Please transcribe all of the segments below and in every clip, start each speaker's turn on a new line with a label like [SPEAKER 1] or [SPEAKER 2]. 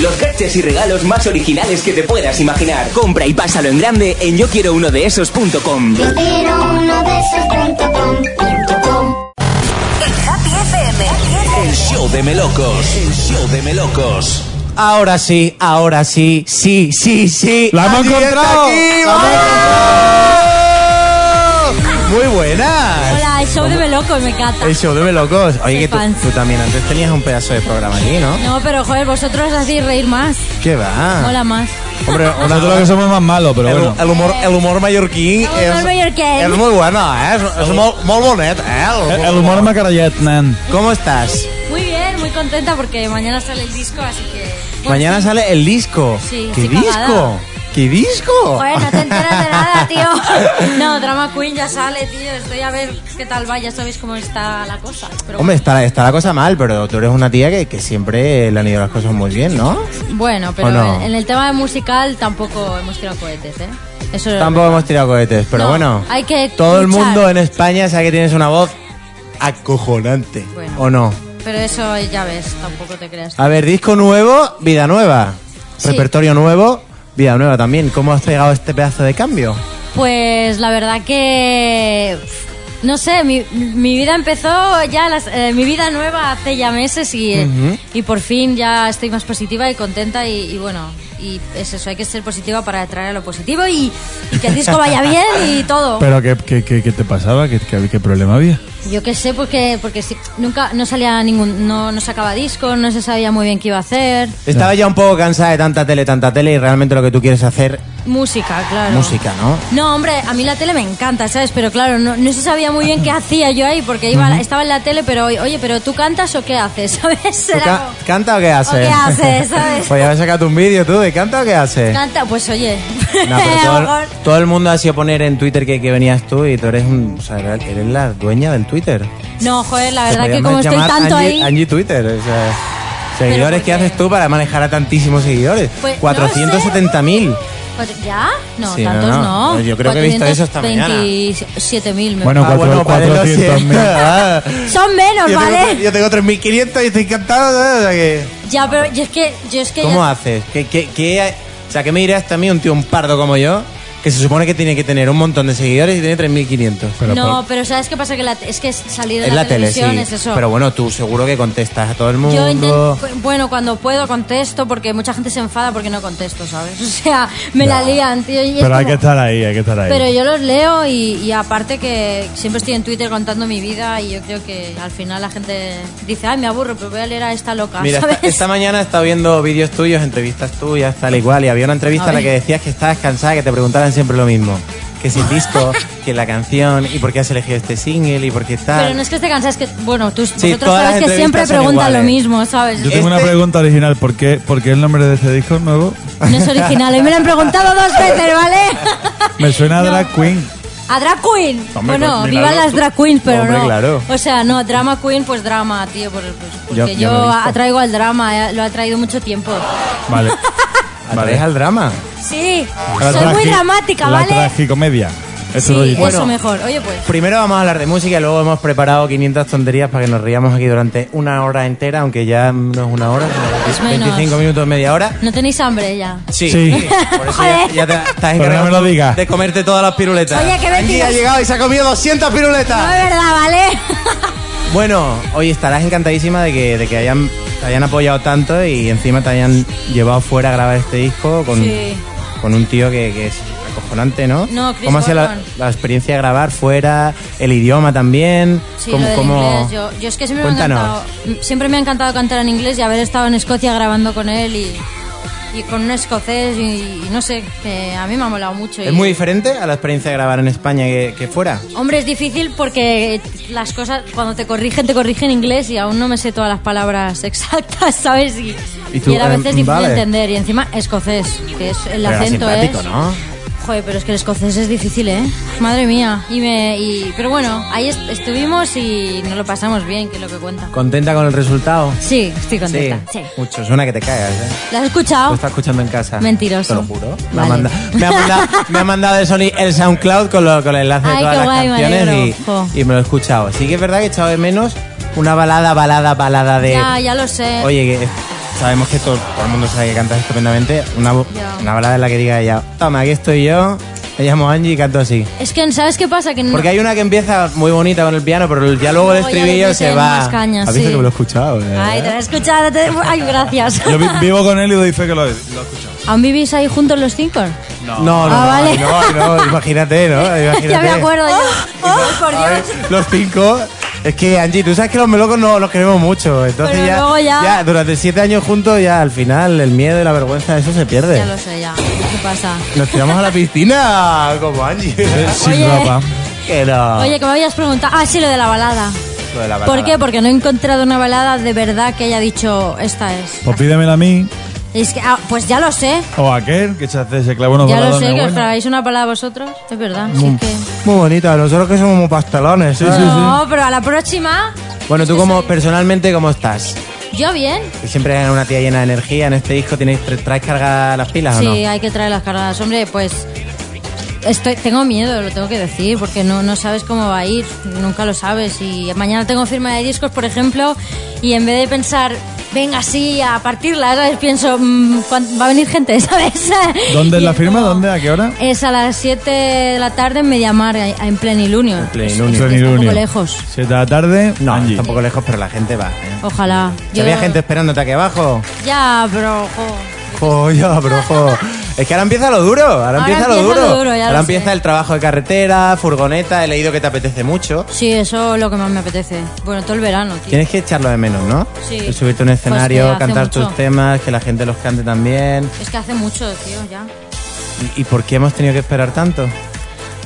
[SPEAKER 1] Los gadgets y regalos más originales que te puedas imaginar. Compra y pásalo en grande en yo quiero uno de esos.com.
[SPEAKER 2] Yo quiero uno de esos punto com, punto com.
[SPEAKER 1] El show de Melocos. El show de Melocos.
[SPEAKER 3] Ahora sí, ahora sí, sí, sí, sí.
[SPEAKER 4] ¡La hemos
[SPEAKER 3] Andy está
[SPEAKER 4] encontrado!
[SPEAKER 3] aquí,
[SPEAKER 4] ¡La hemos
[SPEAKER 3] ¡vamos! Muy buenas.
[SPEAKER 5] Hola, el show de Belocos, me encanta.
[SPEAKER 3] El show de Belocos. Oye,
[SPEAKER 5] Soy
[SPEAKER 3] que tú,
[SPEAKER 5] fans.
[SPEAKER 3] tú también antes tenías un pedazo de programa aquí, ¿no?
[SPEAKER 5] No, pero joder, vosotros hacéis reír más.
[SPEAKER 3] ¿Qué va?
[SPEAKER 5] Mola más.
[SPEAKER 3] Hombre, una-
[SPEAKER 4] Nosotros que somos más malos, pero
[SPEAKER 3] el,
[SPEAKER 4] bueno.
[SPEAKER 3] el humor, el humor mallorquí
[SPEAKER 5] El humor
[SPEAKER 3] és-
[SPEAKER 5] mallorquí.
[SPEAKER 3] és molt bueno, eh? És, és molt, molt bonet, eh?
[SPEAKER 4] El, el humor macarayet, nen.
[SPEAKER 3] ¿Cómo estás?
[SPEAKER 5] Muy bien, muy contenta porque mañana sale el disco, así que. Bueno,
[SPEAKER 3] Mañana
[SPEAKER 5] sí.
[SPEAKER 3] sale el disco.
[SPEAKER 5] Sí,
[SPEAKER 3] ¿Qué
[SPEAKER 5] sí,
[SPEAKER 3] disco?
[SPEAKER 5] cagada.
[SPEAKER 3] ¿Qué disco?
[SPEAKER 5] Joder, no te enteras de nada, tío. No, Drama Queen ya sale, tío. Estoy a ver qué tal va, ya sabéis cómo está la cosa. Pero
[SPEAKER 3] Hombre, está, está la cosa mal, pero tú eres una tía que, que siempre le han ido las cosas muy bien, ¿no?
[SPEAKER 5] bueno, pero
[SPEAKER 3] ¿O no?
[SPEAKER 5] en el tema de musical tampoco hemos tirado cohetes, ¿eh? Eso es
[SPEAKER 3] Tampoco hemos tirado cohetes, pero
[SPEAKER 5] No,
[SPEAKER 3] bueno.
[SPEAKER 5] hay que
[SPEAKER 3] todo el
[SPEAKER 5] luchar.
[SPEAKER 3] mundo en España sabe que tienes una voz acojonante.
[SPEAKER 5] Bueno.
[SPEAKER 3] ¿O no?
[SPEAKER 5] Pero eso ya ves, tampoco te creas.
[SPEAKER 3] A ver, disco nuevo, vida nueva.
[SPEAKER 5] Sí.
[SPEAKER 3] Repertorio nuevo, vida nueva también. ¿Cómo has pegado este pedazo de cambio?
[SPEAKER 5] Pues la verdad que. pf, No sé, mi, mi vida empezó ya, las- eh, mi vida nueva hace ya meses y, eh, y por fin ya estoy más positiva y contenta y, y bueno, y es eso, hay que ser positiva para atraer a lo positivo y, y que el disco vaya bien y todo.
[SPEAKER 4] Pero ¿qué, qué, qué, qué te pasaba? ¿Qué, qué, qué problema había?
[SPEAKER 5] Yo qué sé, porque, porque sí, nunca, no salía ningún, no, no sacaba disco, no se sabía muy bien qué iba a hacer.
[SPEAKER 3] Estaba ya un poco cansada de tanta tele, tanta tele y realmente lo que tú quieres hacer
[SPEAKER 5] Música, claro.
[SPEAKER 3] música, ¿no?
[SPEAKER 5] No, hombre, a mí la tele me encanta, ¿sabes? Pero claro, no, no se sabía muy bien qué hacía yo ahí, porque iba, a la- estaba en la tele, pero oye, pero tú cantas o qué haces, ¿sabes?
[SPEAKER 3] ¿Tú
[SPEAKER 5] Era
[SPEAKER 3] ca-
[SPEAKER 5] como,
[SPEAKER 3] ¿Canta o qué haces?
[SPEAKER 5] ¿O qué haces, sabes?
[SPEAKER 3] pues ya me sacado un vídeo tú de canta o qué haces.
[SPEAKER 5] Canta, pues oye.
[SPEAKER 3] No, pero
[SPEAKER 5] a
[SPEAKER 3] todo,
[SPEAKER 5] lo
[SPEAKER 3] el-
[SPEAKER 5] mejor-
[SPEAKER 3] todo el mundo ha sido poner en Twitter que, que venías tú y tú eres, un, o sea, eres la dueña del Twitter.
[SPEAKER 5] No, joder, la
[SPEAKER 3] Te
[SPEAKER 5] verdad que
[SPEAKER 3] podríamos
[SPEAKER 5] como estoy
[SPEAKER 3] llamar
[SPEAKER 5] tanto
[SPEAKER 3] Angie,
[SPEAKER 5] ahí.
[SPEAKER 3] Angie Twitter, o sea, seguidores
[SPEAKER 5] ¿por
[SPEAKER 3] que
[SPEAKER 5] qué?
[SPEAKER 3] haces tú para manejar a tantísimos seguidores.
[SPEAKER 5] Pues, no
[SPEAKER 3] 470.000.
[SPEAKER 5] Pues, ¿Ya? No,
[SPEAKER 3] Sí, no,
[SPEAKER 5] tantos
[SPEAKER 3] no.
[SPEAKER 5] no.
[SPEAKER 3] Yo creo que he visto eso esta mañana.
[SPEAKER 5] 27.000 me
[SPEAKER 4] Bueno,
[SPEAKER 3] Ah, bueno, vale, no sé.
[SPEAKER 4] 400.000.
[SPEAKER 3] Ah,
[SPEAKER 5] parece. Son menos,
[SPEAKER 3] yo, tengo,
[SPEAKER 5] ¿vale?
[SPEAKER 3] yo tengo 3.500 y estoy encantado. ¿eh? O sea que-
[SPEAKER 5] Ya, pero yo es que. Yo es que
[SPEAKER 3] ¿Cómo
[SPEAKER 5] ya-
[SPEAKER 3] haces? ¿Qué, qué, qué- o sea, ¿qué me dirás a mí, un tío, un pardo como yo, que se supone que tiene que tener un montón de seguidores y tiene 3.500?
[SPEAKER 4] Pero
[SPEAKER 5] no,
[SPEAKER 4] por-
[SPEAKER 5] pero ¿sabes qué pasa? Que la- es que salir de
[SPEAKER 3] Es
[SPEAKER 5] la,
[SPEAKER 3] la tele, sí.
[SPEAKER 5] televisión es eso.
[SPEAKER 3] Pero bueno, tú seguro que contestas a todo el
[SPEAKER 5] Yo
[SPEAKER 3] mundo.
[SPEAKER 5] intento, bueno, cuando puedo contesto, porque mucha gente se enfada porque no contesto, ¿sabes? O sea, me la lían, tío. y es
[SPEAKER 4] Pero hay
[SPEAKER 5] como-
[SPEAKER 4] que estar ahí, hay que estar ahí.
[SPEAKER 5] Pero yo los leo y, y aparte que siempre estoy en Twitter contando mi vida y yo creo que al final la gente dice, ay, me aburro, pero voy a leer a esta loca,
[SPEAKER 3] Mira, esta,
[SPEAKER 5] ¿sabes?
[SPEAKER 3] esta mañana he estado viendo vídeos tuyos, entrevistas tuyas, tal y cual, y había una entrevista
[SPEAKER 5] A
[SPEAKER 3] en la
[SPEAKER 5] ver.
[SPEAKER 3] que decías que estabas cansada, que te preguntaran siempre lo mismo. Que si el disco, que la canción, y por qué has elegido este single, y por qué tal.
[SPEAKER 5] Pero no es que esté cansada, es que, bueno, tú, vosotros
[SPEAKER 3] todas las
[SPEAKER 5] sabes que siempre
[SPEAKER 3] entrevistas son
[SPEAKER 5] preguntan lo
[SPEAKER 3] iguales.
[SPEAKER 5] mismo, ¿sabes?
[SPEAKER 4] Yo tengo una
[SPEAKER 3] Este-
[SPEAKER 4] pregunta original. ¿Por qué, ¿Por qué el nombre de este disco nuevo
[SPEAKER 5] No es original, y me lo han preguntado dos veces, ¿vale?
[SPEAKER 4] me suena a
[SPEAKER 5] No.
[SPEAKER 4] Drag Queen?
[SPEAKER 5] A drag queen.
[SPEAKER 4] Hombre,
[SPEAKER 5] bueno,
[SPEAKER 4] pues,
[SPEAKER 5] viva
[SPEAKER 4] míralo
[SPEAKER 5] las
[SPEAKER 4] tú.
[SPEAKER 5] drag queens, pero
[SPEAKER 3] Hombre,
[SPEAKER 5] no.
[SPEAKER 3] claro.
[SPEAKER 5] O sea, no, drama queen, pues drama, tío. por- por-
[SPEAKER 3] Yo-
[SPEAKER 5] porque
[SPEAKER 3] yo
[SPEAKER 5] yo,
[SPEAKER 3] me he visto.
[SPEAKER 5] atraigo al drama, eh, lo he atraído mucho tiempo.
[SPEAKER 4] Vale.
[SPEAKER 3] Atraes al drama.
[SPEAKER 5] Sí,
[SPEAKER 4] La
[SPEAKER 5] soy muy
[SPEAKER 4] tragi-
[SPEAKER 5] dramática,
[SPEAKER 4] la
[SPEAKER 5] ¿vale?
[SPEAKER 4] tragicomedia. Es
[SPEAKER 5] Sí,
[SPEAKER 4] tu rollito.
[SPEAKER 5] eso
[SPEAKER 3] Bueno.
[SPEAKER 5] mejor. Oye, pues.
[SPEAKER 3] Primero vamos a hablar de música y luego hemos preparado 500 tonterías para que nos riamos aquí durante una hora entera, aunque ya no es una hora,
[SPEAKER 5] Es
[SPEAKER 3] sino
[SPEAKER 5] menos.
[SPEAKER 3] 25 minutos, media hora.
[SPEAKER 5] No tenéis hambre ya.
[SPEAKER 3] Sí.
[SPEAKER 4] Sí.
[SPEAKER 3] Por eso ya, ya te estás
[SPEAKER 4] Pero no me
[SPEAKER 3] encargado
[SPEAKER 4] lo digas.
[SPEAKER 3] de comerte todas las piruletas.
[SPEAKER 5] Oye, qué
[SPEAKER 3] Angie
[SPEAKER 5] mentiras.
[SPEAKER 3] ha llegado y se ha comido 200
[SPEAKER 5] No,
[SPEAKER 3] piruletas.
[SPEAKER 5] es verdad, ¿vale?
[SPEAKER 3] Bueno, hoy estarás encantadísima de que, de que hayan, te hayan apoyado tanto y encima te hayan llevado fuera a grabar este disco con,
[SPEAKER 5] Sí.
[SPEAKER 3] con un tío que, que es acojonante, ¿no?
[SPEAKER 5] No, Chris
[SPEAKER 3] ¿Cómo ha sido la,
[SPEAKER 5] Gordon.
[SPEAKER 3] la experiencia de grabar fuera? ¿El idioma también?
[SPEAKER 5] Sí,
[SPEAKER 3] ¿Cómo-
[SPEAKER 5] lo del
[SPEAKER 3] cómo-
[SPEAKER 5] inglés. Yo, yo es que siempre me, ha
[SPEAKER 3] Cuéntanos.
[SPEAKER 5] encantado, siempre me ha encantado cantar en inglés y haber estado en Escocia grabando con él y, y con un escocés y, y no sé, que a mí me ha molado mucho.
[SPEAKER 3] ¿Es
[SPEAKER 5] y-
[SPEAKER 3] muy diferente a la experiencia de grabar en España que, que fuera?
[SPEAKER 5] Hombre, es difícil porque las cosas, cuando te corrigen, te corrigen en inglés y aún no me sé todas las palabras exactas, ¿sabes? Y,
[SPEAKER 3] Y tú,
[SPEAKER 5] y era a veces
[SPEAKER 3] eh,
[SPEAKER 5] difícil
[SPEAKER 3] vale.
[SPEAKER 5] entender. Y encima, escocés, que es el
[SPEAKER 3] Pero era
[SPEAKER 5] acento
[SPEAKER 3] simpático,
[SPEAKER 5] es...
[SPEAKER 3] ¿no?
[SPEAKER 5] Joder, pero es que el escocés es difícil, ¿eh? Madre mía. Y me, y, pero bueno, ahí est- estuvimos y nos lo pasamos bien, que es lo que cuenta.
[SPEAKER 3] ¿Contenta con el resultado?
[SPEAKER 5] Sí, estoy contenta. Sí.
[SPEAKER 3] Mucho, suena que te cagas, ¿eh?
[SPEAKER 5] ¿La has escuchado?
[SPEAKER 3] Lo está escuchando en casa. Te
[SPEAKER 5] Mentiroso.
[SPEAKER 3] lo juro. Me, ha
[SPEAKER 5] Vale.
[SPEAKER 3] manda- me ha mandado, me ha mandado de Sony el SoundCloud con, lo- con el enlace de
[SPEAKER 5] Ay,
[SPEAKER 3] todas
[SPEAKER 5] qué
[SPEAKER 3] las
[SPEAKER 5] guay, me
[SPEAKER 3] canciones
[SPEAKER 5] alegro. Jo.
[SPEAKER 3] y, y me lo he escuchado. Sí que es verdad que he echado de menos una balada, balada, balada de...
[SPEAKER 5] Ya, ya lo sé.
[SPEAKER 3] Oye, que sabemos que todo, todo el mundo sabe que cantas estupendamente. Una, bo-
[SPEAKER 5] Ya.
[SPEAKER 3] una balada en la que diga ella, toma, aquí estoy yo, me llamo Angie y canto así.
[SPEAKER 5] Es que, ¿sabes qué pasa? Que no-
[SPEAKER 3] Porque hay una que empieza muy bonita con el piano, pero ya luego el
[SPEAKER 5] Mm. Luego ya le
[SPEAKER 3] estribillo se
[SPEAKER 5] meten
[SPEAKER 3] va...
[SPEAKER 5] más caña,
[SPEAKER 3] ¿Has visto
[SPEAKER 5] sí.
[SPEAKER 3] que me lo he escuchado? eh?
[SPEAKER 5] Ay, te lo he escuchado. te- Ay, gracias.
[SPEAKER 4] Yo vi- vivo con él y dice que lo, lo he escuchado.
[SPEAKER 5] ¿Aún vivís ahí juntos los cinco?
[SPEAKER 3] No, no, no,
[SPEAKER 5] Ah, vale.
[SPEAKER 3] no, no, imagínate, ¿no? Imagínate.
[SPEAKER 5] ya me acuerdo yo. Ay, por Dios.
[SPEAKER 3] Ay, Los cinco. Es que, Angie, tú sabes que los melocos no los queremos mucho. Entonces
[SPEAKER 5] Pero
[SPEAKER 3] ya,
[SPEAKER 5] luego ya-
[SPEAKER 3] Durante siete años juntos, ya al final el miedo y la vergüenza, eso se pierde.
[SPEAKER 5] Ya lo sé, ya. ¿Qué pasa?
[SPEAKER 3] Nos tiramos a la piscina como Angie.
[SPEAKER 4] Sin
[SPEAKER 5] Oye.
[SPEAKER 4] ropa.
[SPEAKER 3] que no.
[SPEAKER 5] Oye, que me habías preguntado. Ah, sí, lo de la balada.
[SPEAKER 3] Lo de la
[SPEAKER 5] ¿Por
[SPEAKER 3] balada.
[SPEAKER 5] qué? Porque no he encontrado una balada de verdad que haya dicho esta es.
[SPEAKER 4] Pues pídemela a mí
[SPEAKER 5] Es que, ah, pues ya lo sé.
[SPEAKER 4] o a aquel que se hace se clava unos
[SPEAKER 5] Ya lo
[SPEAKER 4] baladones
[SPEAKER 5] sé, que os
[SPEAKER 4] buenos.
[SPEAKER 5] traéis una palabra vosotros. Es verdad. sí
[SPEAKER 3] Muy,
[SPEAKER 5] que...
[SPEAKER 3] muy bonita, nosotros que somos muy pastelones. ¿sabes?
[SPEAKER 5] No, pero a la próxima.
[SPEAKER 3] Bueno, tú como personalmente, ¿cómo estás?
[SPEAKER 5] Yo bien.
[SPEAKER 3] Siempre eres una tía llena de energía. En este disco tienes tra- traes cargadas las pilas o Ah, no?
[SPEAKER 5] Sí, hay que traer las cargadas. Hombre, pues. Estoy, tengo miedo, lo tengo que decir, porque no, no sabes cómo va a ir, nunca lo sabes. Y mañana tengo firma de discos, por ejemplo, y en vez de pensar, venga, sí, a partirla, ¿sabes? Pienso, "Mm, ¿cuán- va a venir gente, ¿sabes?
[SPEAKER 4] ¿Dónde es
[SPEAKER 5] Y
[SPEAKER 4] la
[SPEAKER 5] es
[SPEAKER 4] firma?
[SPEAKER 5] como-
[SPEAKER 4] ¿Dónde? ¿A qué hora?
[SPEAKER 5] Es a las 7 de la tarde en Mediamar, a- en plenilunio. En
[SPEAKER 3] plenilunio.
[SPEAKER 5] Es, que está un poco
[SPEAKER 4] Plenilunio.
[SPEAKER 5] lejos.
[SPEAKER 4] Siete de la tarde.
[SPEAKER 3] No,
[SPEAKER 4] Angie.
[SPEAKER 3] está un poco lejos, pero la gente va. ¿eh?
[SPEAKER 5] Oh, Ojalá.
[SPEAKER 3] Si Había gente esperándote aquí abajo.
[SPEAKER 5] Ya, pero. jo.
[SPEAKER 3] Joya, pero jo. Es que ahora empieza lo duro, ahora, empieza, lo duro.
[SPEAKER 5] ya
[SPEAKER 3] ahora
[SPEAKER 5] lo
[SPEAKER 3] empieza
[SPEAKER 5] sé.
[SPEAKER 3] el trabajo de carretera, furgoneta, he leído que te apetece mucho.
[SPEAKER 5] Sí, eso es lo que más me apetece. Bueno, todo el verano, tío.
[SPEAKER 3] Tienes que echarlo de menos, ¿no?
[SPEAKER 5] Sí.
[SPEAKER 3] El subirte a un
[SPEAKER 5] Pues que
[SPEAKER 3] escenario,
[SPEAKER 5] hace
[SPEAKER 3] cantar
[SPEAKER 5] mucho.
[SPEAKER 3] tus temas, que la gente los cante también.
[SPEAKER 5] Es que hace mucho, tío, ya.
[SPEAKER 3] ¿Y, y por qué hemos tenido que esperar tanto?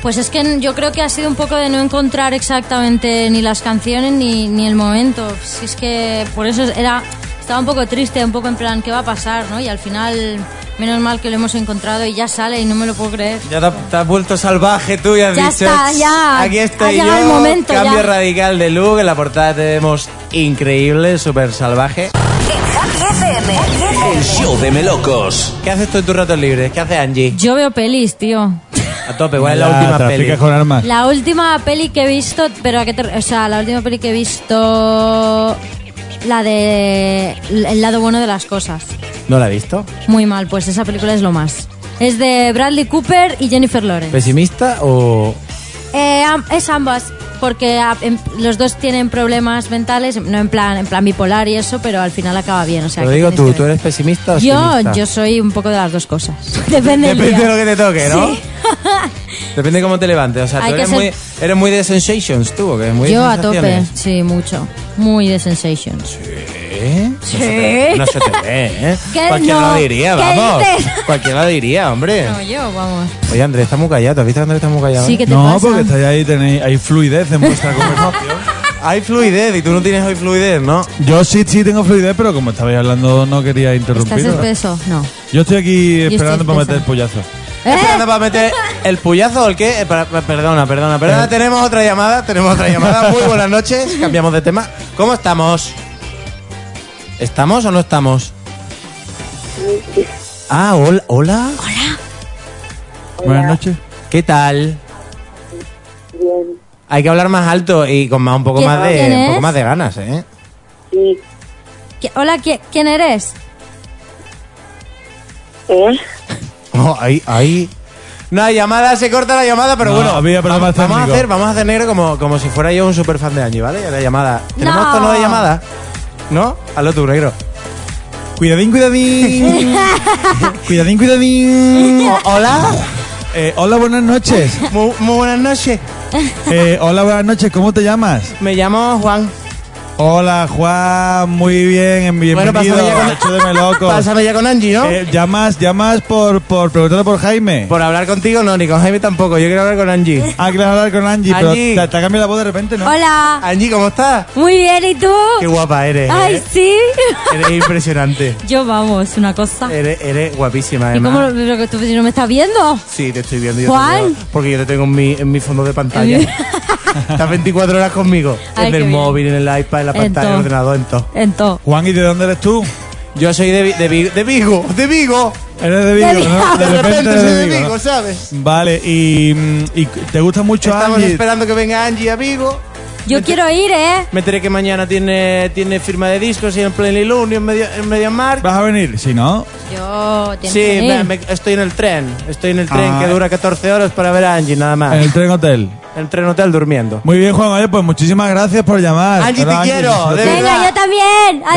[SPEAKER 5] Pues es que n- yo creo que ha sido un poco de no encontrar exactamente ni las canciones ni, ni el momento. Si es que por eso era estaba un poco triste, un poco en plan, ¿qué va a pasar? ¿no? Y al final, menos mal que lo hemos encontrado y ya sale y no me lo puedo creer.
[SPEAKER 3] Ya te, te has vuelto salvaje tú y has
[SPEAKER 5] Ya
[SPEAKER 3] dicho.
[SPEAKER 5] está, ya.
[SPEAKER 3] Aquí
[SPEAKER 5] Ha
[SPEAKER 3] estoy yo.
[SPEAKER 5] llegado el momento,
[SPEAKER 3] Cambio
[SPEAKER 5] ya".
[SPEAKER 3] radical de look. En la portada te vemos increíble, súper salvaje.
[SPEAKER 6] En Happy FM.
[SPEAKER 1] El show de Melocos.
[SPEAKER 3] ¿Qué haces tú en tus ratos libres? ¿Qué hace Angie?
[SPEAKER 5] Yo veo pelis, tío.
[SPEAKER 3] A tope, ¿cuál es la
[SPEAKER 4] Ya,
[SPEAKER 3] última
[SPEAKER 4] traficas
[SPEAKER 3] peli?
[SPEAKER 4] con armas.
[SPEAKER 5] La última peli que he visto, pero a qué te, re- o sea, la última peli que he visto la de El lado bueno de las cosas.
[SPEAKER 3] ¿No la he visto?
[SPEAKER 5] Muy mal, pues esa película es lo más. Es de Bradley Cooper y Jennifer Lawrence.
[SPEAKER 3] ¿Pesimista o.?
[SPEAKER 5] Eh, am- es ambas, porque ah, em- los dos tienen problemas mentales, no en plan, en plan bipolar y eso, pero al final acaba bien. O sea,
[SPEAKER 3] Te lo
[SPEAKER 5] que
[SPEAKER 3] digo
[SPEAKER 5] tienes
[SPEAKER 3] tú,
[SPEAKER 5] que
[SPEAKER 3] ¿tú
[SPEAKER 5] ver.
[SPEAKER 3] eres pesimista o
[SPEAKER 5] Yo,
[SPEAKER 3] optimista?
[SPEAKER 5] yo soy un poco de las dos cosas. Depende, del
[SPEAKER 3] Depende
[SPEAKER 5] día.
[SPEAKER 3] de lo que te toque, ¿no?
[SPEAKER 5] Sí.
[SPEAKER 3] Depende de cómo te levantes. O sea,
[SPEAKER 5] Hay
[SPEAKER 3] tú
[SPEAKER 5] que
[SPEAKER 3] eres,
[SPEAKER 5] ser-
[SPEAKER 3] muy, eres muy de sensations, tú, ¿o qué? Muy de
[SPEAKER 5] Yo a tope,
[SPEAKER 3] sensaciones.
[SPEAKER 5] sí, mucho. Muy de Sensations.
[SPEAKER 3] ¿Eh? No se
[SPEAKER 5] Sí.
[SPEAKER 3] te- No se te ve, ¿eh?
[SPEAKER 5] ¿Qué
[SPEAKER 3] Cualquiera
[SPEAKER 5] no?
[SPEAKER 3] lo diría,
[SPEAKER 5] ¿Qué
[SPEAKER 3] vamos.
[SPEAKER 5] dices?
[SPEAKER 3] Cualquiera lo diría, hombre.
[SPEAKER 5] No, yo, vamos.
[SPEAKER 3] Oye, Andrés, está muy callado. ¿Has visto que Andrés está muy callado?
[SPEAKER 5] Sí, ¿qué te
[SPEAKER 4] No,
[SPEAKER 5] pasa?
[SPEAKER 4] porque estáis ahí, tenéis, hay fluidez en vuestra conversación.
[SPEAKER 3] Hay fluidez y tú no tienes hoy fluidez, ¿no?
[SPEAKER 4] Yo sí, sí tengo fluidez, pero como estabais hablando no quería
[SPEAKER 5] ¿Estás
[SPEAKER 4] interrumpir.
[SPEAKER 5] espeso? No.
[SPEAKER 4] Yo estoy aquí
[SPEAKER 5] estoy
[SPEAKER 4] esperando para
[SPEAKER 5] espesa.
[SPEAKER 4] meter el pollazo.
[SPEAKER 5] ¿Eh?
[SPEAKER 3] Esperando para meter el puyazo o el qué. Eh, para- pa- perdona, perdona, perdona. Tenemos otra llamada, tenemos otra llamada. Muy buenas noches, cambiamos de tema. ¿Cómo estamos? ¿Estamos o no estamos? Ah, hola. Hola.
[SPEAKER 4] Buenas noches.
[SPEAKER 3] ¿Qué tal?
[SPEAKER 7] Bien,
[SPEAKER 3] Hay que hablar más alto y con más, un, poco
[SPEAKER 5] ¿Quién-
[SPEAKER 3] más de,
[SPEAKER 5] quién
[SPEAKER 3] un
[SPEAKER 5] es?
[SPEAKER 3] poco más de ganas, ¿eh?
[SPEAKER 7] sí.
[SPEAKER 5] ¿Qui- Hola, ¿qui- ¿quién eres?
[SPEAKER 7] ¿Eh?
[SPEAKER 3] Oh, ahí, ahí. No hay llamada, se corta la llamada, pero
[SPEAKER 4] No,
[SPEAKER 3] bueno.
[SPEAKER 4] había problemas
[SPEAKER 3] vamos, vamos a
[SPEAKER 4] técnicos.
[SPEAKER 3] hacer, vamos a hacer negro como, como si fuera yo un super fan de Angie, ¿vale? Ya La llamada. ¿Tenemos
[SPEAKER 5] No.
[SPEAKER 3] tono de llamada? ¿No? Hazlo tú, negro. Cuidadín, cuidadín.
[SPEAKER 4] Cuidadín, cuidadín.
[SPEAKER 3] O- Hola.
[SPEAKER 4] Eh, hola, buenas noches.
[SPEAKER 3] Muy, muy buenas noches.
[SPEAKER 4] Eh, hola, buenas noches. ¿Cómo te llamas?
[SPEAKER 3] Me llamo Juan.
[SPEAKER 4] Hola, Juan, muy bien,
[SPEAKER 3] Bueno,
[SPEAKER 4] bienvenido.
[SPEAKER 3] pásame ya con-
[SPEAKER 4] al show de Meloco.
[SPEAKER 3] Pásame ya con Angie, ¿no?
[SPEAKER 4] Eh, llamas, llamas por, por preguntando por Jaime.
[SPEAKER 3] Por hablar contigo, no, ni con Jaime tampoco. Yo quiero hablar con Angie.
[SPEAKER 4] Ah, quieres hablar con Angie,
[SPEAKER 3] Angie.
[SPEAKER 4] pero te, te ha cambiado la voz de repente, ¿no?
[SPEAKER 5] Hola.
[SPEAKER 3] Angie, ¿cómo estás?
[SPEAKER 5] Muy bien, ¿y tú?
[SPEAKER 3] Qué guapa eres.
[SPEAKER 5] Ah. Ay,
[SPEAKER 3] ¿eh?
[SPEAKER 5] sí.
[SPEAKER 3] Eres impresionante.
[SPEAKER 5] Yo vamos, una cosa.
[SPEAKER 3] Eres, eres guapísima,
[SPEAKER 5] Ah. ¿Y
[SPEAKER 3] además.
[SPEAKER 5] cómo lo, lo que tú no me estás viendo?
[SPEAKER 3] Sí, te estoy viendo. Yo te
[SPEAKER 5] ¿Cuál?
[SPEAKER 3] veo, porque yo te tengo en mi, en mi fondo de pantalla. Estás 24 horas conmigo.
[SPEAKER 5] Ay,
[SPEAKER 3] en
[SPEAKER 5] qué
[SPEAKER 3] el
[SPEAKER 5] bien.
[SPEAKER 3] móvil, en el iPad, en la pantalla, en el
[SPEAKER 5] todo.
[SPEAKER 3] ordenador, en todo.
[SPEAKER 5] En todo.
[SPEAKER 4] Juan, ¿y de dónde eres tú?
[SPEAKER 3] Yo soy de, Vi- de, Vi- de Vigo, de Vigo.
[SPEAKER 4] Eres de Vigo, ¿no?
[SPEAKER 3] De repente
[SPEAKER 4] eres
[SPEAKER 3] soy de
[SPEAKER 4] Vigo, ¿no?
[SPEAKER 3] Vigo, ¿sabes?
[SPEAKER 4] Vale, y, mm, y te gusta mucho
[SPEAKER 3] Estamos
[SPEAKER 4] Angie.
[SPEAKER 3] esperando que venga Angie a Vigo.
[SPEAKER 5] Yo quiero ir, ¿eh?
[SPEAKER 3] Me enteré que mañana tiene, tiene firma de discos y en Plenilunio, en medio, en Mediamar.
[SPEAKER 4] ¿Vas a venir? Si no,
[SPEAKER 5] Yo tienes
[SPEAKER 3] Sí,
[SPEAKER 5] que ir.
[SPEAKER 3] me- me- estoy en el tren. Estoy en el tren
[SPEAKER 4] Ah.
[SPEAKER 3] que dura 14 horas para ver a Angie, nada más.
[SPEAKER 4] en el
[SPEAKER 3] El,
[SPEAKER 4] tren hotel.
[SPEAKER 3] tren hotel durmiendo.
[SPEAKER 4] Muy bien, Juan. Oye, pues muchísimas gracias por llamar.
[SPEAKER 3] Angie, te
[SPEAKER 4] Hola,
[SPEAKER 3] quiero,
[SPEAKER 4] nosotros-
[SPEAKER 3] de
[SPEAKER 5] Venga,
[SPEAKER 3] verdad.
[SPEAKER 5] yo también.
[SPEAKER 4] Venga,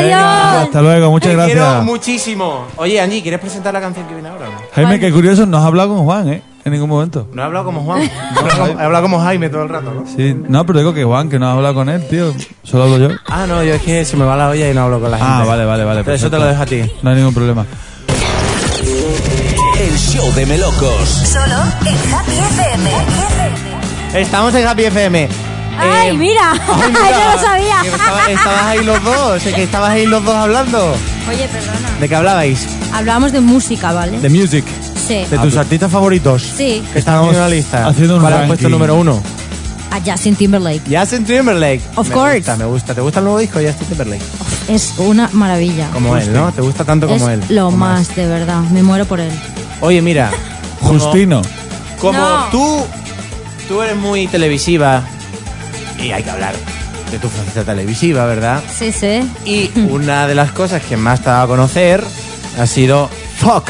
[SPEAKER 5] Adiós.
[SPEAKER 4] Hasta luego, muchas
[SPEAKER 3] Te quiero
[SPEAKER 4] gracias.
[SPEAKER 3] muchísimo. Oye, Angie, ¿quieres presentar la canción que viene ahora o no?
[SPEAKER 4] Jaime, qué curioso, no has hablado con Juan, ¿eh? En ningún momento.
[SPEAKER 3] No he hablado como Juan. No he hablado- he hablado como Jaime todo el rato, ¿no?
[SPEAKER 4] Sí, no, pero digo que Juan, que no has hablado con él, tío. Solo hablo yo.
[SPEAKER 3] Ah, no, yo es que se me va la olla y no hablo con la gente.
[SPEAKER 4] Ah, vale, vale, vale.
[SPEAKER 3] Pero eso te
[SPEAKER 4] perfecto.
[SPEAKER 3] lo dejo a ti.
[SPEAKER 4] No hay ningún problema.
[SPEAKER 1] El show de Melocos.
[SPEAKER 6] Solo en Happy FM.
[SPEAKER 3] Estamos en Happy FM.
[SPEAKER 5] Ay,
[SPEAKER 3] Eh,
[SPEAKER 5] mira.
[SPEAKER 3] ay, mira.
[SPEAKER 5] yo lo sabía.
[SPEAKER 3] Que estaba- estabas ahí los dos, es que estabas ahí los dos hablando.
[SPEAKER 5] Oye, perdona.
[SPEAKER 3] ¿De qué hablabais?
[SPEAKER 5] Hablamos de música, ¿vale?
[SPEAKER 4] The Music.
[SPEAKER 5] Sí.
[SPEAKER 3] De tus artistas favoritos.
[SPEAKER 5] Sí.
[SPEAKER 3] Que estamos en una lista.
[SPEAKER 4] haciendo un
[SPEAKER 3] ¿Cuál has
[SPEAKER 4] ranking.
[SPEAKER 3] puesto número uno?
[SPEAKER 5] A Justin Timberlake.
[SPEAKER 3] Justin Timberlake.
[SPEAKER 5] Of
[SPEAKER 3] me
[SPEAKER 5] course.
[SPEAKER 3] Gusta, me gusta. ¿Te gusta el nuevo disco de Justin Timberlake?
[SPEAKER 5] Es una maravilla.
[SPEAKER 3] Como él, ¿no? ¿Te gusta tanto
[SPEAKER 5] es
[SPEAKER 3] como él?
[SPEAKER 5] lo
[SPEAKER 3] Como
[SPEAKER 5] más, de verdad. Me muero por él.
[SPEAKER 3] él. Oye, mira. como-
[SPEAKER 4] Justino.
[SPEAKER 3] Como
[SPEAKER 5] No.
[SPEAKER 3] tú, tú eres muy televisiva y hay que hablar de tu faceta televisiva, ¿verdad?
[SPEAKER 5] Sí, sí.
[SPEAKER 3] Y una de las cosas que más te ha dado a conocer ha sido fuck,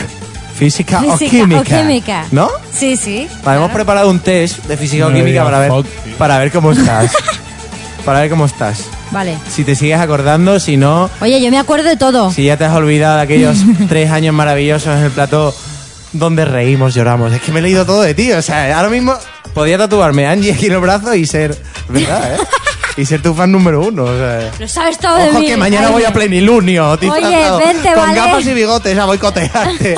[SPEAKER 3] física, o
[SPEAKER 5] Física
[SPEAKER 3] química.
[SPEAKER 5] o química.
[SPEAKER 3] Ah, ¿no?
[SPEAKER 5] Sí, sí.
[SPEAKER 3] Vale, hemos preparado un test de física o
[SPEAKER 4] No
[SPEAKER 3] química
[SPEAKER 4] digas
[SPEAKER 3] para ver,
[SPEAKER 4] fuck, tío.
[SPEAKER 3] para ver cómo estás. para ver cómo estás.
[SPEAKER 5] Vale.
[SPEAKER 3] Si te sigues acordando, si no,
[SPEAKER 5] Oye, yo me acuerdo de todo.
[SPEAKER 3] si ya te has olvidado de aquellos tres años maravillosos en el plató donde reímos, lloramos. Es que me he leído todo de ti. O sea, ahora mismo podía tatuarme Angie aquí en el brazo y ser. ¿Verdad, eh? Y ser tu fan número uno. O sea.
[SPEAKER 5] Lo sabes todo de
[SPEAKER 3] Ojo
[SPEAKER 5] mí.
[SPEAKER 3] que mañana
[SPEAKER 5] Ay,
[SPEAKER 3] voy a
[SPEAKER 5] mira.
[SPEAKER 3] plenilunio, disfrazado,
[SPEAKER 5] vente,
[SPEAKER 3] Con
[SPEAKER 5] ¿vale?
[SPEAKER 3] gafas y bigotes a boicotearte.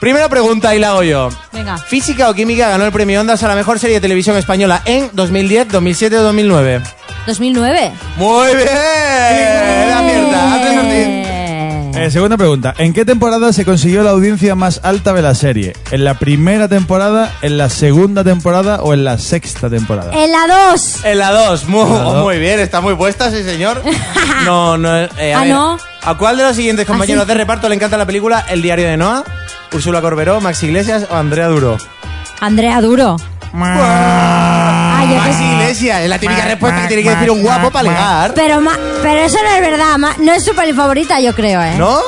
[SPEAKER 3] Primera pregunta y la hago yo.
[SPEAKER 5] Venga.
[SPEAKER 3] Física o Química ganó el premio Ondas a la mejor serie de televisión española en 2010, 2007 o 2009.
[SPEAKER 5] 2009.
[SPEAKER 3] ¡Muy bien! Eh, La mierda, hazte sentir.
[SPEAKER 5] Eh,
[SPEAKER 4] Eh, segunda pregunta. ¿En qué temporada se consiguió la audiencia más alta de la serie? ¿En la primera temporada, en la segunda temporada o en la sexta temporada?
[SPEAKER 5] En la 2.
[SPEAKER 3] En la 2, muy,
[SPEAKER 4] En la dos.
[SPEAKER 3] muy bien, está muy puesta, sí señor. No, no, eh, a
[SPEAKER 5] Ah,
[SPEAKER 3] ver,
[SPEAKER 5] ¿no? Ah,
[SPEAKER 3] ¿A cuál de los siguientes compañeros
[SPEAKER 5] sí.
[SPEAKER 3] de reparto le encanta la película El diario de Noah? ¿Úrsula Corberó, Max Iglesias o Andrea Duro?
[SPEAKER 5] Andrea Duro. Ay, yo qué
[SPEAKER 3] Max
[SPEAKER 5] sé.
[SPEAKER 3] Iglesias, es la típica respuesta que tiene que decir un guapo para ligar.
[SPEAKER 5] Pero, ma- pero eso no es verdad. ma- no es su peli favorita, yo creo, ¿eh?
[SPEAKER 3] ¿No?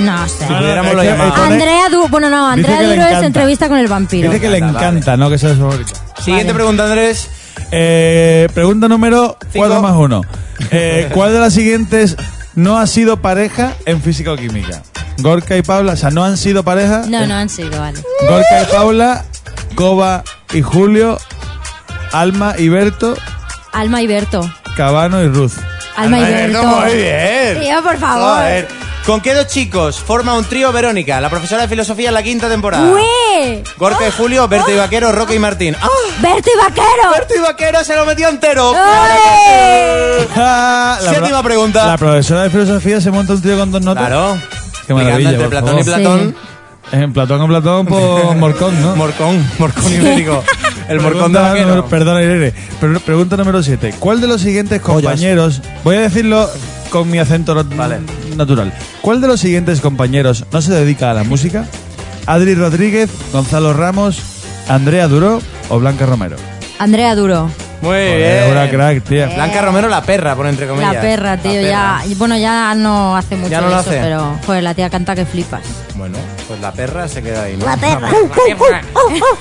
[SPEAKER 5] No sé.
[SPEAKER 3] Si pudiéramos
[SPEAKER 4] es
[SPEAKER 3] lo
[SPEAKER 4] que-
[SPEAKER 3] llamamos.
[SPEAKER 4] pone-
[SPEAKER 5] Andrea Duro. Bueno, no,
[SPEAKER 4] Dice
[SPEAKER 5] Andrea
[SPEAKER 4] que le
[SPEAKER 5] Duro es
[SPEAKER 4] encanta.
[SPEAKER 5] entrevista con el vampiro.
[SPEAKER 4] Dice que le
[SPEAKER 3] Vale.
[SPEAKER 4] encanta, ¿no? Que sea su favorita.
[SPEAKER 3] Siguiente pregunta, Andrés.
[SPEAKER 4] Eh, pregunta número
[SPEAKER 3] Cinco.
[SPEAKER 4] 4 más 1. ¿Cuál de las siguientes no ha sido pareja en física o química? Gorka y Paula, o sea, no han sido pareja.
[SPEAKER 5] No, no han sido, vale.
[SPEAKER 4] Gorka y Paula, Coba y Julio, Alma y Berto,
[SPEAKER 5] Alma y Berto.
[SPEAKER 4] Cabano y Ruth.
[SPEAKER 5] Alma y
[SPEAKER 3] Alberto,
[SPEAKER 5] Berto.
[SPEAKER 3] Muy bien.
[SPEAKER 5] Tío, por favor.
[SPEAKER 3] Joder. ¿Con qué dos chicos forma un trío Verónica, la profesora de filosofía en la quinta temporada?
[SPEAKER 5] Ué.
[SPEAKER 3] Gorka y Julio, Berto y Vaquero, Roque y Martín. ¡Ah!
[SPEAKER 5] Berto y Vaquero.
[SPEAKER 3] Berto y Vaquero se lo metió entero.
[SPEAKER 5] Ué.
[SPEAKER 4] Ah, la
[SPEAKER 3] Séptima
[SPEAKER 4] pro-
[SPEAKER 3] pregunta.
[SPEAKER 4] La profesora de filosofía se monta un tío con dos notas.
[SPEAKER 3] Claro.
[SPEAKER 4] Qué
[SPEAKER 3] Ligando
[SPEAKER 4] maravilla,
[SPEAKER 3] entre
[SPEAKER 4] por
[SPEAKER 3] Platón y
[SPEAKER 4] favor.
[SPEAKER 3] Platón.
[SPEAKER 4] En Platón con Platón por Morcón, ¿no?
[SPEAKER 3] Morcón, morcón ibérico. El morcón de
[SPEAKER 4] Pregunta
[SPEAKER 3] Vaquero.
[SPEAKER 4] número- Perdona, Irene. Pero pregunta número 7. ¿Cuál de los siguientes compañeros. Voy a decirlo con mi acento nat- natural. ¿Cuál de los siguientes compañeros no se dedica a la música? ¿Adri Rodríguez, Gonzalo Ramos, Andrea Duró o Blanca Romero?
[SPEAKER 5] Andrea Duro.
[SPEAKER 3] Muy
[SPEAKER 4] Joder,
[SPEAKER 3] bien.
[SPEAKER 4] Una crack, tía.
[SPEAKER 3] Blanca Romero, la perra, por entre comillas.
[SPEAKER 5] La perra, tío,
[SPEAKER 3] La perra.
[SPEAKER 5] ya. y Bueno, ya no hace mucho
[SPEAKER 3] Ya no
[SPEAKER 5] de
[SPEAKER 3] lo
[SPEAKER 5] eso,
[SPEAKER 3] hace.
[SPEAKER 5] pero. Joder, la tía canta que flipas.
[SPEAKER 3] Bueno, pues la perra se queda ahí, ¿no?
[SPEAKER 5] perra.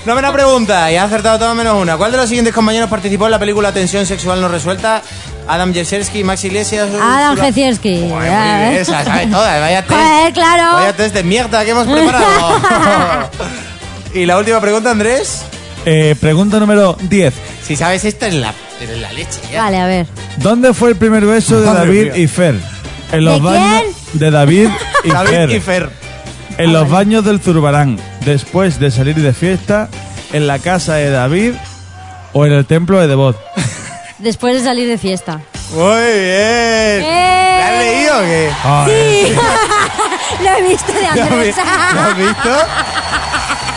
[SPEAKER 3] Novena pregunta, y ha acertado todo menos una. ¿Cuál de los siguientes compañeros participó en la película Tensión Sexual No Resuelta? Adam Jezersky, Max Iglesias.
[SPEAKER 5] Adam
[SPEAKER 3] Úrsula-
[SPEAKER 5] Jezierski.
[SPEAKER 3] Joder, muy bien, Esa, sabe todas, vaya test.
[SPEAKER 5] ¿eh? Joder, claro.
[SPEAKER 3] Vaya test de mierda que hemos preparado. y la última pregunta, Andrés.
[SPEAKER 4] Eh, pregunta número 10.
[SPEAKER 8] Si sabes esta, en la, en la leche ya.
[SPEAKER 5] Vale, a ver.
[SPEAKER 4] ¿Dónde fue el primer beso de
[SPEAKER 3] Madre
[SPEAKER 4] David
[SPEAKER 3] mía.
[SPEAKER 4] y Fer? En los
[SPEAKER 5] ¿De
[SPEAKER 4] baños de David y Fer.
[SPEAKER 3] David y Fer.
[SPEAKER 4] En los baños del Zurbarán, después de salir de fiesta, en la casa de David o en el templo de Devot.
[SPEAKER 5] Después de salir de fiesta.
[SPEAKER 3] Muy bien.
[SPEAKER 5] Eh.
[SPEAKER 3] ¿La has leído o qué?
[SPEAKER 5] Sí. Lo he visto de
[SPEAKER 3] ¿Lo has vi-
[SPEAKER 5] Andrés.
[SPEAKER 3] lo has visto?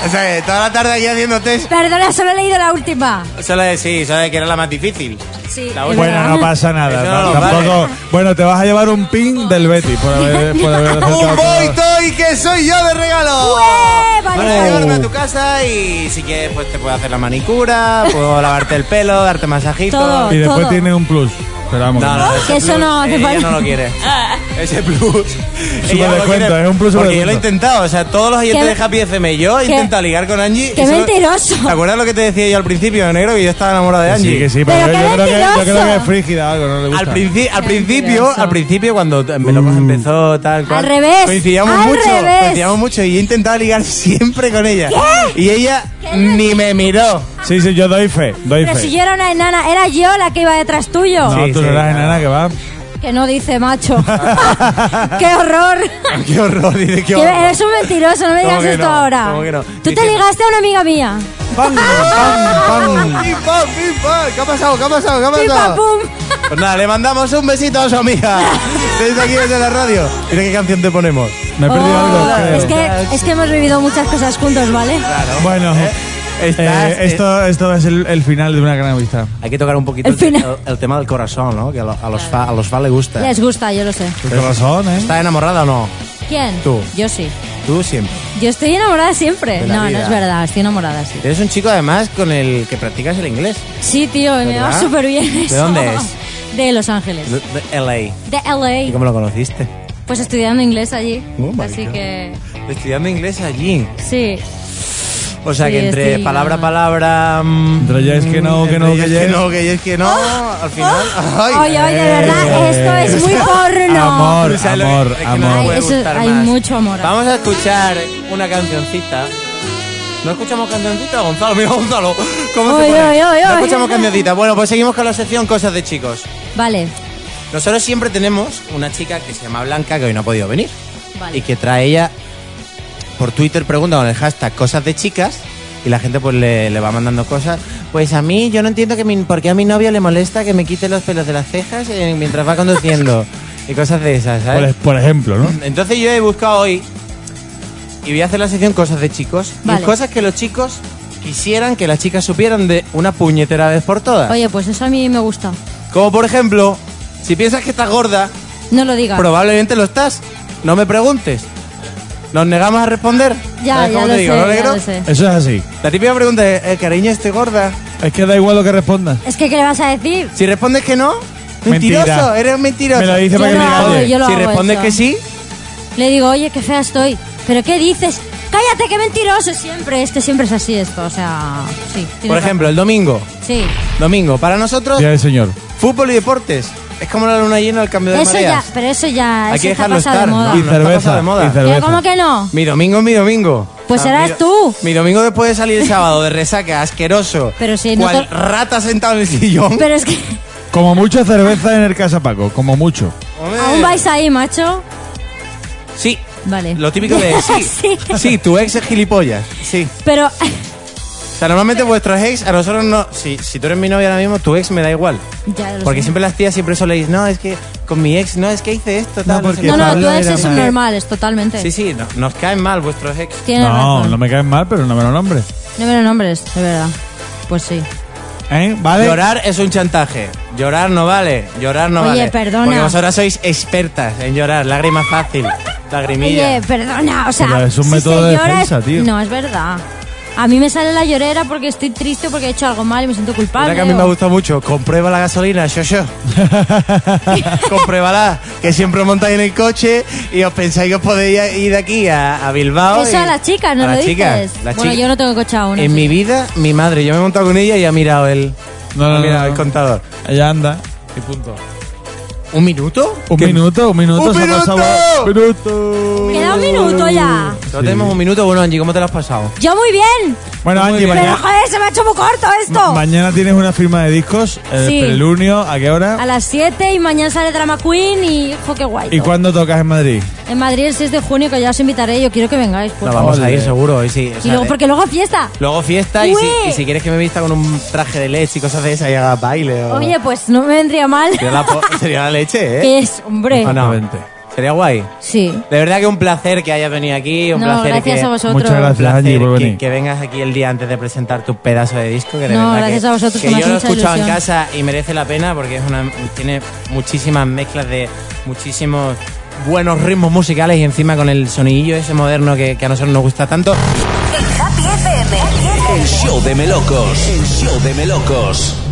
[SPEAKER 3] O sea, que toda la tarde aquí haciendo test.
[SPEAKER 5] Perdona, solo he leído la última.
[SPEAKER 3] Solo de sí, solo de que era la más difícil.
[SPEAKER 5] Sí.
[SPEAKER 3] La buena,
[SPEAKER 5] es
[SPEAKER 4] Bueno,
[SPEAKER 5] verdad.
[SPEAKER 4] no pasa nada.
[SPEAKER 3] Eso no lo
[SPEAKER 4] tampoco. Bueno, te vas a llevar un pin del Betty por haber, por haber acertado
[SPEAKER 3] ¡Un boy
[SPEAKER 4] todo.
[SPEAKER 3] toy que soy yo de regalo!
[SPEAKER 5] ¡Ué! Vale.
[SPEAKER 3] Para llevarme a tu casa y si quieres, pues te puedo hacer la manicura, puedo lavarte el pelo, darte masajito.
[SPEAKER 5] Todo.
[SPEAKER 4] Y después
[SPEAKER 5] Todo.
[SPEAKER 4] tiene un plus. Pero vamos.
[SPEAKER 3] No,
[SPEAKER 4] que
[SPEAKER 3] no,
[SPEAKER 4] no.
[SPEAKER 3] ese
[SPEAKER 5] Que eso
[SPEAKER 3] plus,
[SPEAKER 5] no te
[SPEAKER 3] ella
[SPEAKER 5] parece.
[SPEAKER 3] no lo quiere. Ese plus. ella no lo
[SPEAKER 4] descuento,
[SPEAKER 3] quiere
[SPEAKER 4] es un plus
[SPEAKER 3] Porque yo lo
[SPEAKER 4] sobredescuento.
[SPEAKER 3] he intentado, o sea, todos los oyentes
[SPEAKER 5] Qué-
[SPEAKER 3] de Happy FM y yo he
[SPEAKER 5] qué-
[SPEAKER 3] intentado ligar con Angie. y
[SPEAKER 5] qué
[SPEAKER 3] solo-
[SPEAKER 5] mentiroso.
[SPEAKER 3] ¿Te acuerdas lo que te decía yo al principio, negro? Que yo estaba enamorado de
[SPEAKER 4] Que
[SPEAKER 3] Angie.
[SPEAKER 4] sí, que sí,
[SPEAKER 5] Pero
[SPEAKER 4] pero, yo,
[SPEAKER 5] qué
[SPEAKER 4] yo creo que, yo creo que es
[SPEAKER 5] mentiroso.
[SPEAKER 4] frígida algo, no le gusta.
[SPEAKER 3] Al, princi- al
[SPEAKER 5] Qué
[SPEAKER 3] principio,
[SPEAKER 5] mentiroso.
[SPEAKER 3] al principio cuando t- Melocos empezó tal cual,
[SPEAKER 5] Al revés,
[SPEAKER 3] coincidíamos
[SPEAKER 5] al
[SPEAKER 3] mucho,
[SPEAKER 5] revés.
[SPEAKER 3] coincidíamos mucho y he intentado ligar siempre con ella. Y ella ni me miró.
[SPEAKER 4] Sí, sí, yo doy fe, doy
[SPEAKER 5] Pero
[SPEAKER 4] fe.
[SPEAKER 5] si yo era una enana, era yo la que iba detrás tuyo.
[SPEAKER 4] No,
[SPEAKER 3] Sí,
[SPEAKER 4] tú
[SPEAKER 3] sí,
[SPEAKER 4] no eras
[SPEAKER 3] claro.
[SPEAKER 4] enana que va.
[SPEAKER 5] Que no dice macho. ¡Qué horror!
[SPEAKER 3] Qué horror, dice qué
[SPEAKER 5] Que
[SPEAKER 3] horror.
[SPEAKER 5] Eres un mentiroso, no me
[SPEAKER 3] ¿Cómo
[SPEAKER 5] digas
[SPEAKER 3] que
[SPEAKER 5] esto
[SPEAKER 3] no?
[SPEAKER 5] ahora.
[SPEAKER 3] ¿Cómo que no?
[SPEAKER 5] Tú
[SPEAKER 3] Dice-
[SPEAKER 5] te ligaste a una amiga mía.
[SPEAKER 4] ¡Pam, pam, pam!
[SPEAKER 3] Pim, pam, pim, pam. ¿Qué ha pasado? ¿Qué ha pasado? ¿Qué ha
[SPEAKER 5] ¡Pim, pam,
[SPEAKER 3] pasado?
[SPEAKER 5] pum!
[SPEAKER 3] Pues nada, le mandamos un besito a su amiga. Desde aquí, desde la radio. Mira qué canción te ponemos.
[SPEAKER 4] Me he perdido
[SPEAKER 5] Oh,
[SPEAKER 4] algo. creo.
[SPEAKER 5] es, que, es que hemos vivido muchas cosas juntos, ¿vale?
[SPEAKER 4] Bueno,
[SPEAKER 3] Estás-
[SPEAKER 4] eh, esto, esto es el, el final de una gran amistad.
[SPEAKER 3] Hay que tocar un poquito
[SPEAKER 5] El
[SPEAKER 3] el,
[SPEAKER 5] final.
[SPEAKER 3] el- el tema del corazón, ¿no? Que a, lo- a los fa, a los fa le gusta.
[SPEAKER 5] Les gusta, yo lo sé.
[SPEAKER 4] Tu corazón, ¿eh?
[SPEAKER 3] ¿Estás enamorada o no?
[SPEAKER 5] ¿Quién?
[SPEAKER 3] Tú.
[SPEAKER 5] Yo sí.
[SPEAKER 3] Tú siempre.
[SPEAKER 5] Yo estoy enamorada siempre.
[SPEAKER 3] De la
[SPEAKER 5] No, no
[SPEAKER 3] vida.
[SPEAKER 5] es verdad, estoy enamorada, sí.
[SPEAKER 3] Eres un chico además con el que practicas el inglés.
[SPEAKER 5] Sí, tío, y me va
[SPEAKER 3] ¿Verdad?
[SPEAKER 5] súper bien
[SPEAKER 3] ¿De
[SPEAKER 5] eso.
[SPEAKER 3] dónde es?
[SPEAKER 5] De Los Ángeles.
[SPEAKER 3] De, de LA.
[SPEAKER 5] De
[SPEAKER 3] ¿Y
[SPEAKER 5] LA.
[SPEAKER 3] cómo lo conociste?
[SPEAKER 5] Pues estudiando inglés allí.
[SPEAKER 3] Oh, my
[SPEAKER 5] así
[SPEAKER 3] God.
[SPEAKER 5] que.
[SPEAKER 3] Estudiando inglés allí.
[SPEAKER 5] Sí.
[SPEAKER 3] O sea
[SPEAKER 5] Sí,
[SPEAKER 3] que entre
[SPEAKER 5] estoy-
[SPEAKER 3] palabra a palabra. mm,
[SPEAKER 4] Entre ya es que no, que
[SPEAKER 3] entre
[SPEAKER 4] no,
[SPEAKER 3] ya
[SPEAKER 4] que
[SPEAKER 3] es
[SPEAKER 4] ya
[SPEAKER 3] que
[SPEAKER 4] es.
[SPEAKER 3] no, que ya es que no. Al final. Ay, eh,
[SPEAKER 5] Oye, oye, de verdad, esto es muy porno.
[SPEAKER 4] Amor,
[SPEAKER 3] Tú sabes lo que-
[SPEAKER 4] amor,
[SPEAKER 3] es que no me
[SPEAKER 4] amor.
[SPEAKER 5] Ay,
[SPEAKER 3] puede
[SPEAKER 5] eso-
[SPEAKER 3] gustar
[SPEAKER 5] hay
[SPEAKER 3] más.
[SPEAKER 5] mucho amor.
[SPEAKER 3] Vamos a escuchar una cancioncita. ¿No escuchamos cancioncita, Gonzalo? Mira, Gonzalo, ¿cómo
[SPEAKER 5] Oy,
[SPEAKER 3] se pone?
[SPEAKER 5] oy, oy,
[SPEAKER 3] No
[SPEAKER 5] oy.
[SPEAKER 3] escuchamos cancioncita. Bueno, pues seguimos con la sección Cosas de Chicos.
[SPEAKER 5] Vale.
[SPEAKER 3] Nosotros siempre tenemos una chica que se llama Blanca que hoy no ha podido venir.
[SPEAKER 5] Vale.
[SPEAKER 3] Y que trae ella por Twitter pregunta con el hashtag cosas de chicas y la gente pues le, le va mandando cosas. Pues a mí yo no entiendo que mi, por qué a mi novio le molesta que me quite los pelos de las cejas eh, mientras va conduciendo y cosas de esas,
[SPEAKER 4] Por,
[SPEAKER 3] ¿sabes?
[SPEAKER 4] ej- por ejemplo, ¿no?
[SPEAKER 3] Entonces yo he buscado hoy y voy a hacer la sección cosas de chicos. Y
[SPEAKER 5] Vale.
[SPEAKER 3] cosas que los chicos quisieran que las chicas supieran de una puñetera vez por todas.
[SPEAKER 5] Oye, pues eso a mí me gusta.
[SPEAKER 3] Como por ejemplo, si piensas que estás gorda,
[SPEAKER 5] No lo digas.
[SPEAKER 3] Probablemente lo estás. No me preguntes. Nos negamos a responder.
[SPEAKER 5] Ya,
[SPEAKER 3] ¿Sabes
[SPEAKER 5] ya
[SPEAKER 3] cómo
[SPEAKER 5] lo
[SPEAKER 3] te digo,
[SPEAKER 5] sé,
[SPEAKER 3] no,
[SPEAKER 5] ya
[SPEAKER 3] negro?
[SPEAKER 5] lo sé.
[SPEAKER 4] Eso es así.
[SPEAKER 3] La típica pregunta es, eh, cariño, estoy gorda.
[SPEAKER 4] Es que da igual lo que respondas.
[SPEAKER 5] Es que, ¿qué le vas a decir?
[SPEAKER 3] Si respondes que no,
[SPEAKER 4] Mentira.
[SPEAKER 3] mentiroso, eres un mentiroso.
[SPEAKER 4] Me lo dice
[SPEAKER 5] Yo
[SPEAKER 4] para que
[SPEAKER 5] lo
[SPEAKER 4] me
[SPEAKER 5] hago,
[SPEAKER 4] calle.
[SPEAKER 5] yo lo
[SPEAKER 3] si
[SPEAKER 5] hago
[SPEAKER 3] respondes
[SPEAKER 5] eso.
[SPEAKER 3] que sí,
[SPEAKER 5] Le digo, oye, qué fea estoy. ¿Pero qué dices? Cállate, qué mentiroso siempre. Es que siempre es así esto, o sea... Sí. tienes
[SPEAKER 3] por ejemplo, el domingo.
[SPEAKER 5] razón. Sí.
[SPEAKER 3] Domingo, para nosotros,
[SPEAKER 4] Día del Señor.
[SPEAKER 3] fútbol y deportes. Es como la luna llena al cambio de
[SPEAKER 5] Eso ya,
[SPEAKER 3] mareas.
[SPEAKER 5] pero eso ya...
[SPEAKER 3] Hay
[SPEAKER 5] eso
[SPEAKER 3] que
[SPEAKER 5] está
[SPEAKER 3] dejarlo
[SPEAKER 5] pasado
[SPEAKER 3] estar.
[SPEAKER 5] de
[SPEAKER 3] No,
[SPEAKER 5] moda.
[SPEAKER 4] Y
[SPEAKER 3] no está
[SPEAKER 4] cerveza,
[SPEAKER 3] pasado de moda.
[SPEAKER 4] y
[SPEAKER 3] ¿Qué?
[SPEAKER 5] ¿Qué,
[SPEAKER 4] cerveza.
[SPEAKER 5] ¿Cómo que no?
[SPEAKER 3] Mi domingo es mi domingo.
[SPEAKER 5] Pues
[SPEAKER 3] serás
[SPEAKER 5] serás tú.
[SPEAKER 3] Mi domingo después de salir el sábado de resaca, asqueroso.
[SPEAKER 5] Pero si no
[SPEAKER 3] cual
[SPEAKER 5] te-
[SPEAKER 3] rata sentado en el sillón.
[SPEAKER 5] Pero es que
[SPEAKER 4] Como mucho cerveza en el Casa Paco, como mucho.
[SPEAKER 3] Hombre.
[SPEAKER 5] aún vais ahí, macho.
[SPEAKER 3] Sí,
[SPEAKER 5] Vale.
[SPEAKER 3] Lo típico de sí.
[SPEAKER 5] Sí.
[SPEAKER 3] Sí, tu ex es gilipollas. Sí.
[SPEAKER 5] Pero...
[SPEAKER 3] O sea, normalmente vuestros ex, a nosotros no. Si, si tú eres mi novia ahora mismo, tu ex me da igual.
[SPEAKER 5] ya lo
[SPEAKER 3] Porque
[SPEAKER 5] sé.
[SPEAKER 3] siempre las tías siempre soléis, no, es que con mi ex, no, es que hice esto, tal.
[SPEAKER 4] No,
[SPEAKER 3] sé
[SPEAKER 4] porque
[SPEAKER 3] qué".
[SPEAKER 5] No, no,
[SPEAKER 4] Pablo
[SPEAKER 5] tú eres
[SPEAKER 4] era
[SPEAKER 5] es
[SPEAKER 4] más-
[SPEAKER 5] normal, es totalmente.
[SPEAKER 3] Sí, sí, no- nos caen mal vuestros ex.
[SPEAKER 5] Tienes
[SPEAKER 4] No,
[SPEAKER 5] razón.
[SPEAKER 4] no me caen mal, pero no me lo nombres.
[SPEAKER 5] No me lo nombres, de verdad. Pues sí.
[SPEAKER 4] ¿Eh? ¿Vale?
[SPEAKER 3] Llorar es un chantaje. Llorar no vale. Llorar no
[SPEAKER 5] Oye,
[SPEAKER 3] vale.
[SPEAKER 5] perdona.
[SPEAKER 3] Porque vosotras sois expertas en llorar. Lágrima fácil. Lagrimilla.
[SPEAKER 5] Oye, perdona, o sea,
[SPEAKER 4] Pero es un
[SPEAKER 5] si
[SPEAKER 4] método
[SPEAKER 5] se
[SPEAKER 4] de
[SPEAKER 5] llora
[SPEAKER 4] defensa,
[SPEAKER 5] es-
[SPEAKER 4] tío.
[SPEAKER 5] No, es verdad. A mí me sale la llorera porque estoy triste porque he hecho algo mal y me siento culpable.
[SPEAKER 3] Mira que a mí me
[SPEAKER 5] o-
[SPEAKER 3] gusta mucho. Comprueba la gasolina, yo, yo. Compruébala, que siempre os montáis en el coche y os pensáis que os podéis ir de aquí a, a Bilbao.
[SPEAKER 5] Eso
[SPEAKER 3] y-
[SPEAKER 5] a las chicas, ¿no
[SPEAKER 3] a
[SPEAKER 5] lo
[SPEAKER 3] las
[SPEAKER 5] dices?
[SPEAKER 3] chicas, las
[SPEAKER 5] bueno,
[SPEAKER 3] chicas.
[SPEAKER 5] yo no tengo coche aún.
[SPEAKER 3] En
[SPEAKER 5] así.
[SPEAKER 3] mi vida, mi madre, yo me he montado con ella y ha mirado el,
[SPEAKER 4] No, no,
[SPEAKER 3] ha
[SPEAKER 4] no,
[SPEAKER 3] mirado
[SPEAKER 4] no.
[SPEAKER 3] el contador.
[SPEAKER 4] Allá anda. Y punto.
[SPEAKER 3] ¿Un minuto?
[SPEAKER 4] Un
[SPEAKER 3] ¿Qué-
[SPEAKER 4] minuto, un minuto.
[SPEAKER 3] ¡Un
[SPEAKER 4] se ha pasado-
[SPEAKER 3] minuto!
[SPEAKER 4] ¡Minuto!
[SPEAKER 5] Queda un minuto ya.
[SPEAKER 3] Solo tenemos un minuto. Bueno, Angie, ¿cómo te lo has pasado?
[SPEAKER 9] Yo muy bien.
[SPEAKER 4] Bueno, Angie,
[SPEAKER 9] Pero
[SPEAKER 4] mañana,
[SPEAKER 9] joder, se me ha hecho muy corto esto.
[SPEAKER 4] mañana tienes una firma de discos, eh, el
[SPEAKER 9] Sí.
[SPEAKER 4] Pelunio, ¿a qué hora?
[SPEAKER 5] A las 7 y mañana sale Drama Queen y jo, qué guay.
[SPEAKER 4] ¿Y
[SPEAKER 5] todo.
[SPEAKER 4] cuándo tocas en Madrid?
[SPEAKER 5] En Madrid el 6 de junio, que ya os invitaré, yo quiero que vengáis. por
[SPEAKER 4] Pues
[SPEAKER 3] No,
[SPEAKER 5] favor.
[SPEAKER 3] vamos a ir seguro. Y, sí, o sea,
[SPEAKER 5] Y luego,
[SPEAKER 3] de-
[SPEAKER 5] porque luego fiesta.
[SPEAKER 3] luego fiesta y si,
[SPEAKER 5] Ué.
[SPEAKER 3] y si quieres que me vista con un traje de leche y cosas de esas y haga baile. o-
[SPEAKER 5] Oye, pues no me vendría mal.
[SPEAKER 3] Sería la, po- sería la leche, ¿eh?
[SPEAKER 5] Que es, hombre.
[SPEAKER 3] ¿O no? Sería guay.
[SPEAKER 5] Sí.
[SPEAKER 3] De verdad que un placer que hayas venido aquí. Un
[SPEAKER 5] No,
[SPEAKER 3] placer
[SPEAKER 5] gracias
[SPEAKER 3] que,
[SPEAKER 5] a vosotros.
[SPEAKER 4] Muchas
[SPEAKER 3] un
[SPEAKER 4] gracias,
[SPEAKER 3] placer
[SPEAKER 4] Angie, por
[SPEAKER 3] que-
[SPEAKER 4] venir.
[SPEAKER 3] que, vengas aquí el día antes de presentar tu pedazo de disco. Que de
[SPEAKER 5] No,
[SPEAKER 3] verdad
[SPEAKER 5] gracias
[SPEAKER 3] que,
[SPEAKER 5] a vosotros,
[SPEAKER 3] que
[SPEAKER 5] que me
[SPEAKER 3] yo lo
[SPEAKER 5] hace
[SPEAKER 3] he
[SPEAKER 5] mucha
[SPEAKER 3] escuchado en
[SPEAKER 5] ilusión.
[SPEAKER 3] casa y merece la pena porque es una tiene muchísimas mezclas de muchísimos buenos ritmos musicales y encima con el sonidillo ese moderno que, que a nosotros nos gusta tanto.
[SPEAKER 6] En Happy FM.
[SPEAKER 1] El show de Melocos. El show de Melocos.